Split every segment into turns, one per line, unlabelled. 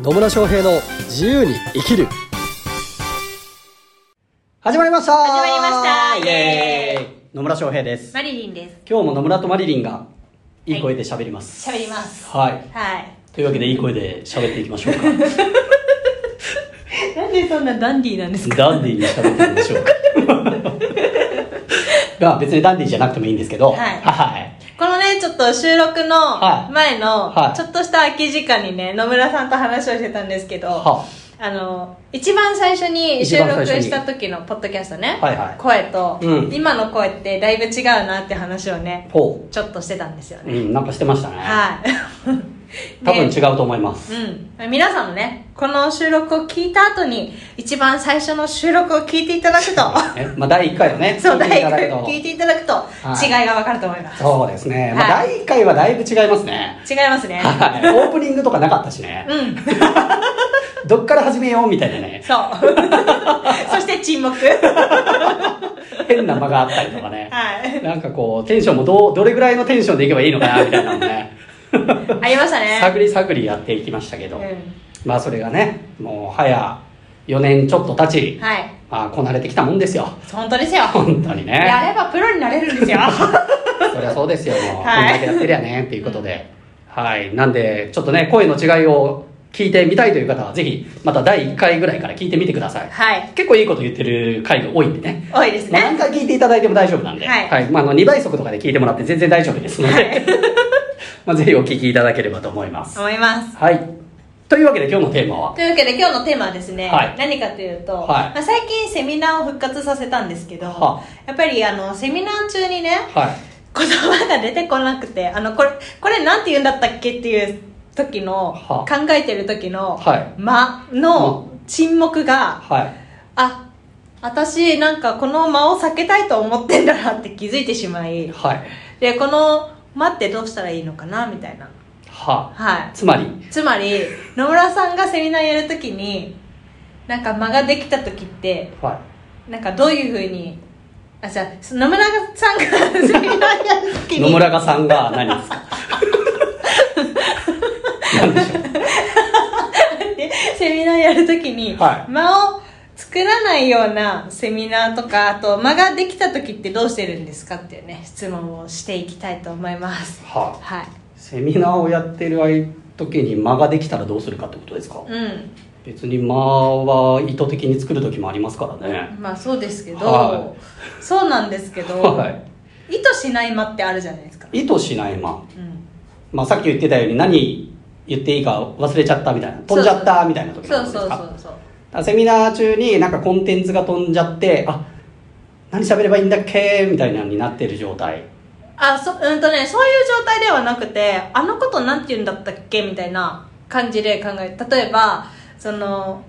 野村翔平の自由に生きる始まりました
始まりました
イエーイ野村翔平です
マリリンです。
今日も野村とマリリンがいい声で喋ります
喋ります。
はい
はい。
というわけでいい声で喋っていきましょう か
なんでそんなダンディーなんですか
ダンディーに喋ってみまし ょうかまあ別にダンディーじゃなくてもいいんですけど
はい
はい
このね、ちょっと収録
は
の
い
前の
はい、
ちょっとした空き時間にね、野村さんと話をしてたんですけど、
は
あの、一番最初に収録した時のポッドキャストね、
はいはい
声と、
うん
今の声ってだいぶ違うなって話をね、
ほ
ちょっとしてたんですよ
う
ね。
うんなんかしてましたね、
はい。
多分違
で
うと思います、
うん、皆さんもね、この収録を聞いた後に、一番最初の収録を聞いていただくと、
ねまあ第1回はね
そう、
聞いて
第
いただ
1
く
回
と
聞いていただくと
い
違いがわかると思います。
そうですね、まあ、
はい
第1回はだいぶ違いますね、
違いますね。
はい、オープニングとかなかったしね、
うん、
どっから始めようみたいなね
そう。そして沈黙。
変な間があったりとかね
はい。
なんかこうテンションもどうどれぐらいのテンションでいけばいいのかなみたいなのね
ありましたね。
探り探りやっていきましたけ
う
ど、
ん。
まあそれがねもう早4年ちょっと経ち、
はい。
まあこなれてきたもんですよ
本当ですよ。
本当にね
やればプロになれるん ですよ。
そりゃそうですよもう、
はい
こんだけやってりゃねっていうことではいなんでちょっとね声の違いを聞いてみたいという方はぜひまた第1回ぐらいから聞いてみてください
はい。
結構いいこと言ってる回が多いんでね
多いです
まあ何
ね。
回聞いていただいても大丈夫なんで、
はい
まあ、あの2倍速とかで聞いてもらって全然大丈夫ですので、
はい。
まあ、ぜひお聞きいただければと思います。
思います。
はい。というわけで今日のテーマは、
というわけで今日のテーマはですね、
はい
何かというと、
はい
まあ、最近セミナーを復活させたんですけど、
は
やっぱりあのセミナー中にね、
はい。
言葉が出てこなくてあのこれこれなんて言うんだったっけっていう時の、
は
考えてる時の「
はい
間」の沈黙が
はい。
「あ私なんかこの間を避けたいと思ってんだな」って気づいてしまい
はい。
でこの「間」ってどうしたらいいのかなみたいな
は
はい
つまり、
つまり野村さんがセミナーやる時になんか間ができた時って
は
なんかどういうふうにあじゃあ野村さんが セミナーやる時
い。
に
野村さんが何ですか 何でしょう
で セミナーやるときに、
はい
間を作らないようなセミナーとかあと間ができた時ってどうしてるんですかっていうね質問をしていきたいと思います
は
はい
セミナーをやってる時に間ができたらどうするかってことですか、
うん
別に間は意図的に作る時もありますからね。
まあそうですけど、
は
そうなんですけど、
は
意図しない間ってあるじゃないですか
い。意図しない間。
うん
まあ、さっき言ってたように何言っていいか忘れちゃったみたいな飛んじゃったみたいな時
そ
の
う
こと
そ
です
うそ
か
うそう
あセミナー中になんかコンテンツが飛んじゃってあ何喋ればいいんだっけみたいなのになってる状態
あそうんとねそういう状態ではなくてあのことなんて言うんだったっけみたいな感じで考え例えばその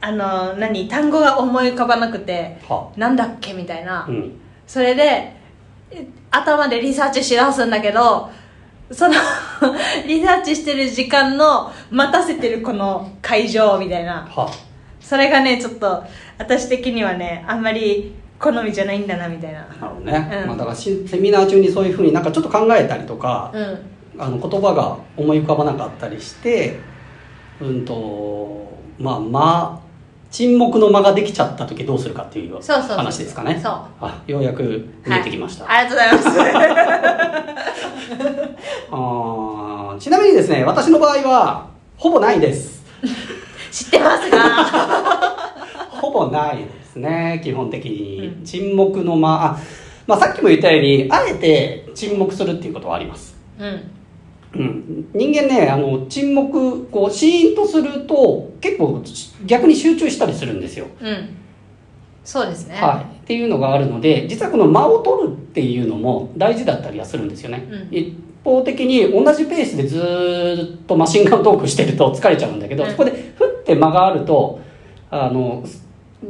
あの何単語が思い浮かばなくて
は
なんだっけみたいな、
うん
それでえ頭でリサーチしだすんだけどその リサーチしてる時間の待たせてるこの会場みたいな
は
それがねちょっと私的にはねあんまり好みじゃないんだなみたいな
なるほどね、
うん
まあ、だからしセミナー中にそういうふうになんかちょっと考えたりとか、
うん
あの言葉が思い浮かばなかったりしてうんとまあ間沈黙の間ができちゃった時どうするかっていう
そうそうそう
話ですかね
そう
あようやく見えてきました、
はい、ありがとうございます
あーちなみにですね私の場合はほぼない です
知ってますが
ほぼないですね基本的に、
うん
沈黙の間あ、まあ、さっきも言ったようにあえて沈黙するっていうことはあります、
うん
うん、人間ねあの沈黙こうシーンとすると結構し逆に集中したりするんですよ、
うんそうですね
はい、っていうのがあるので実はこの間を取るっていうのも大事だったりはするんですよね、
うん
一方的に同じペースでずーっとマシンガントークしてると疲れちゃうんだけど、
うん
そこでふって間があるとあの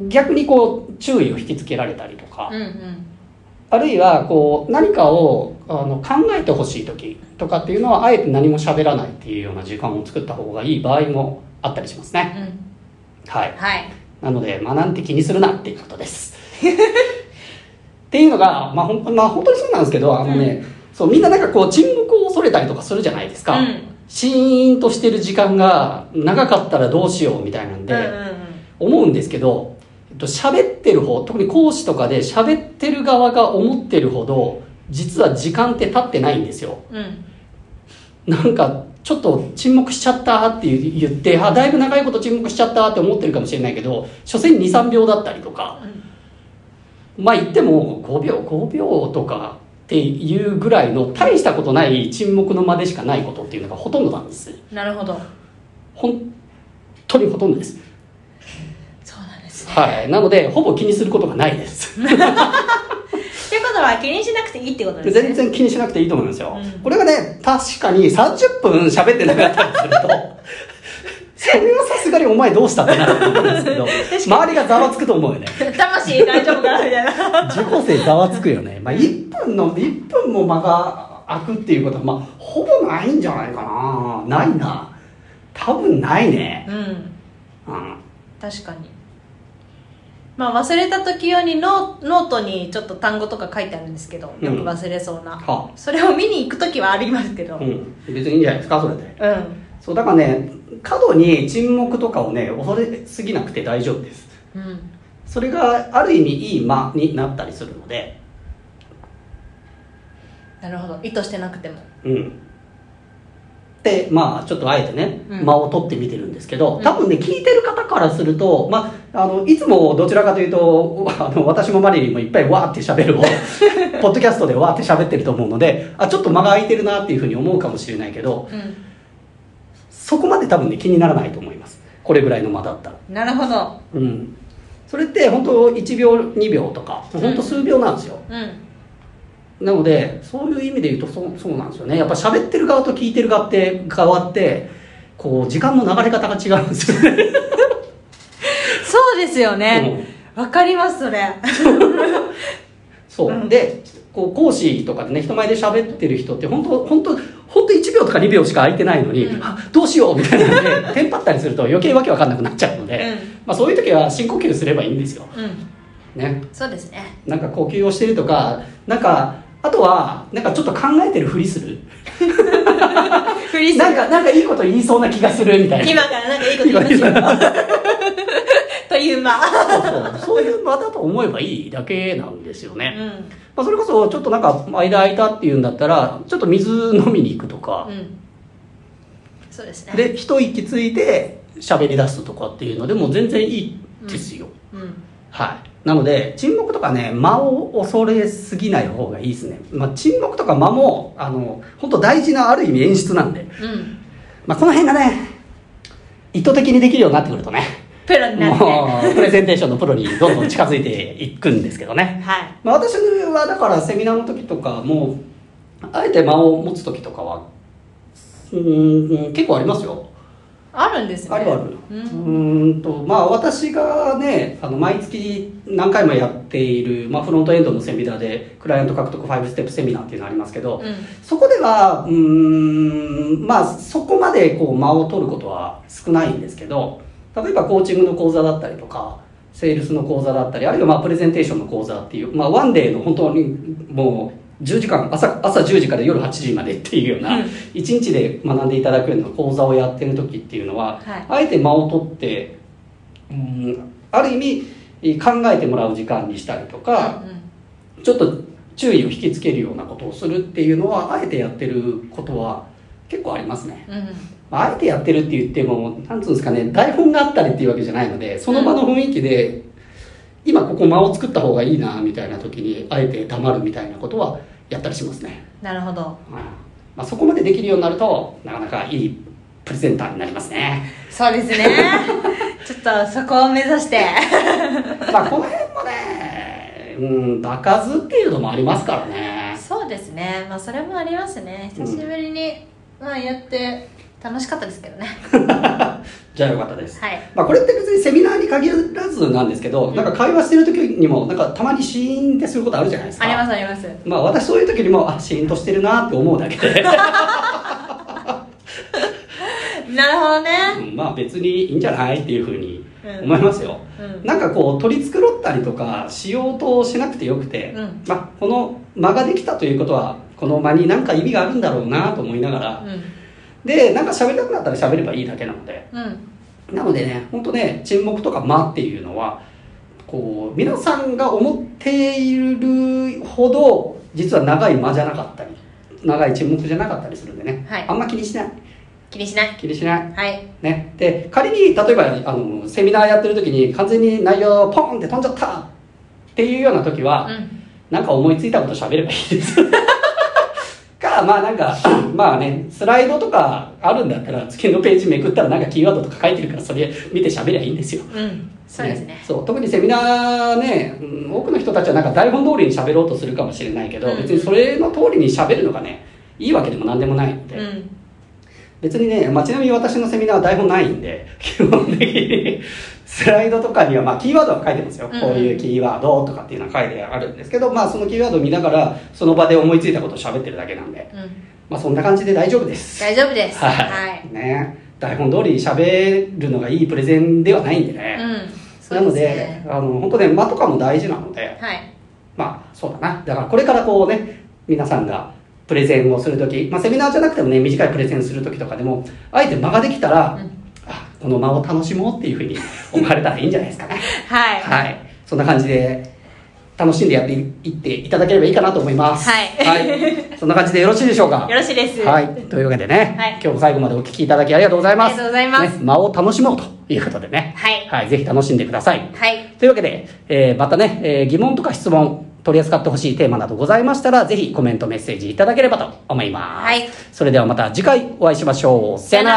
逆にこう注意を引きつけられたりとか、
うんうん
あるいはこう何かをあの考えてほしい時とかっていうのはあえて何も喋らないっていうような時間を作った方がいい場合もあったりしますね、
うん
はい
はい
なので、まあ、なんて気にするなっていうこと です。っていうのが、まあ、ほんまあ、本当にそうなんですけど、あのね、そう、みんななんかこう、沈黙を恐れたりとかするじゃないですか。
うん
シーンとしてる時間が長かったらどうしようみたいなん
うんうん
で、思うんですけど、えっと、喋ってる方、特に講師とかで喋ってる側が思ってるほど、実は時間って経ってないんですよ。
うんうん
なんか、ちょっと沈黙しちゃったって言って、あ、だいぶ長いこと沈黙しちゃったって思ってるかもしれないけど、所詮2、3秒だったりとか、まあ言っても5秒、5秒とかっていうぐらいの大したことない沈黙の間でしかないことっていうのがほとんどなんです。
なるほど
本当にほとんどです。
そうなんですね
はい。なので、ほぼ気にすることがないです。
っていうことは気にしなくていいってことですね
全然気にしなくていいと思いますよ。
うん
これがね、確かに30分喋ってなかったりする と、それはさすがにお前どうしたってなると思うんですけど、周りがざわつくと思うよね。
魂大丈夫かなみた いな
受講生ざわつくよね。 まあ、1分の、1分も間が空くっていうことは、まあ、ほぼないんじゃないかな。ないな。多分ないね。
うん
うん。
確かにまあ忘れた時用にノノートにちょっと単語とか書いてあるんですけどよく忘れそうな、
は
それを見に行く時はありますけど
あ。
う、
うんん。別にいいんじゃないですか、それで。そう、だからね、過度に沈黙とかをね、恐れすぎなくて大丈夫です。
うん、
それがある意味いい間になったりするので、
なるほど意図してなくても
うん。で、まあ、ちょっとあえてね、
うん
間を取ってみてるんですけど
う、ん
多分ね、聞いてる方からすると、まあ、あの、いつもどちらかというと、あの、私もマリリンもいっぱいわーって喋 るを、ポッドキャストでわーって喋ってると思うので、あ、ちょっと間が空いてるなっていうふうに思うかもしれないけど、
うん
そこまで多分ね、気にならないと思います。これぐらいの間だったら。
なるほど
うん、それって本当1秒2秒とか本当数秒なんですよ、
うん
なのでそういう意味で言うとそうそうなんですよねやっぱ喋ってる側と聞いてる側って側ってこう時間の流れ方が違うんですよね
そうですよねわ、かりますそれ
そう、
うん
でこう講師とかでね人前で喋ってる人って本当本当本当1秒とか2秒しか空いてないのに、
うん
あどうしようみたいなので テンパったりすると余計わけわかんなくなっちゃうので、
うん
まあ、そういう時は深呼吸すればいいんですよ、
うん
ね、
そうですね
なんか呼吸をしてるとか、なんか、あとは、なんかちょっと考えてるふりする。
フリース
なんか、なんかいいこと言いそうな気がするみたい
今
な。
からなんかいいこと言いますよという間
そうそうそういう場だと思えばいいだけなんですよ
う
ね。
ん
まあ、それこそ、ちょっとなんか、間空いたっていうんだったら、ちょっと水飲みに行くとか
う、んそうですね
で、一息ついて喋り出すとかっていうのでも全然いいですよ。
うん
はい。なので、沈黙とかね、間を恐れすぎない方がいいですね。まあ、沈黙とか間も、あの、本当大事なある意味演出なんで。
うん
まあ、この辺がね、意図的にできるようになってくるとね、
プロになっては
もう、プレゼンテーションのプロにどんどん近づいていくんですけどね。
い
まあ、私はだからセミナーの時とかも、あえて間を持つ時とかは、うーん、結構ありますよ。
あるんですね
あるある。う
うん
ーんと、まあ私がね、あの、毎月何回もやっている、まあフロントエンドのセミナーで、クライアント獲得5ステップセミナーっていうのありますけど、
うん
そこでは、うーん、まあ、そこまでこう間を取ることは少ないんですけど、例えばコーチングの講座だったりとか、セールスの講座だったり、あるいはまあプレゼンテーションの講座っていう、まあ、ワンデーの本当にもう10時間、朝朝10時から夜8時までっていうような、
うん
一1日で学んでいただくような講座をやってる時っていうのは、
はい
あえて間を取って、うん、ある意味えー考えてもらう時間にしたりとか、
うん
ちょっと注意を引きつけるようなことをするっていうのはあえてやってることは結構ありますね、
うんうん
まあ、あえてやってるって言ってもなんつうんですかね台本があったりっていうわけじゃないのでその場の雰囲気で、今ここ間を作った方がいいなみたいな時にあえて黙るみたいなことはやったりしますね、
なるほど
うんまあ、そこまでできるようになるとなかなかいいプレゼンターになりますね
そうですね ちょっとそこを目指して
まあこの辺もねうん場数っていうのもありますからね
そうですねまあそれもありますね久しぶりに、まあやって楽しかったですけどね
じゃあよかったです
はい
まあ、これって別にセミナーに限らずなんですけど、
うん
なんか会話してる時にもなんかたまにシーンってすることあるじゃないですか
ありますあります
まあ私そういう時にもあシーンとしてるなって思うだけで、
なるほど
う
ね
んまあ別にいいんじゃないっていうふうに
うん
思いますよ、
うん
なんかこう取り繕ったりとかしようとしなくてよくて、
うん
まあ、この間ができたということはこの間に何か意味があるんだろうなと思いながら、
うん
でなんか喋りたくなったら喋ればいいだけなので
うん
なのでね本当ね沈黙とか間っていうのはこう皆さんが思っているほど実は長い間じゃなかったり長い沈黙じゃなかったりするんでね、
はい
あんま気にしない
気にしない
気にしない
はい
ね、で仮に例えばあのセミナーやってる時に完全に内容がポンって飛んじゃったっていうような時は、
うん
なんか思いついたこと喋ればいいです かまあなんか まあねスライドとかあるんだったら次のページめくったらなんかキーワードとか書いてるからそれ見て喋りゃいいんですよ
うんそうですね
そう特にセミナーね、うん多くの人たちはなんか台本通りに喋ろうとするかもしれないけど、
うん
別にそれの通りに喋るのがねいいわけでも何でもないので、
うん
別にね、まあ、ちなみに私のセミナーは台本ないんで、 基本的にスライドとかには、まあ、キーワードは書いてますよ。
うん
こういうキーワードとかっていうのは書いてあるんですけど、まあ、そのキーワードを見ながら、その場で思いついたことを喋ってるだけなんで、
うん
まあ、そんな感じで大丈夫です。
大丈夫です
はい。ね。台本通りに喋るのがいいプレゼンではないんで
はい
ね。
うん
なので、あの、本当ね、間とかも大事なので、
はい
まあそうだな。だからこれからこうね、皆さんがプレゼンをするとき、まあセミナーじゃなくてもね、短いプレゼンするときとかでも、あえて間ができたら、
うん
あ、この間を楽しもうっていうふうに思われたらいいんじゃないですかね。
はい
はい。そんな感じで、楽しんでやっていっていただければいいかなと思います。
はい
はい。そんな感じでよろしいでしょうか
よ。ろしいです
はい。というわけでね、
はい
今日も最後までお聞きいただきありがとうございます。
ありがとうございます
ね、間を楽しもうということでね。
はい
はい。ぜひ楽しんでください。
はい
というわけで、えーまたね、えー疑問とか質問取り扱ってほしいテーマなどございましたらぜひコメントメッセージいただければと思います、
はい
それではまた次回お会いしましょうさよな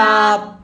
ら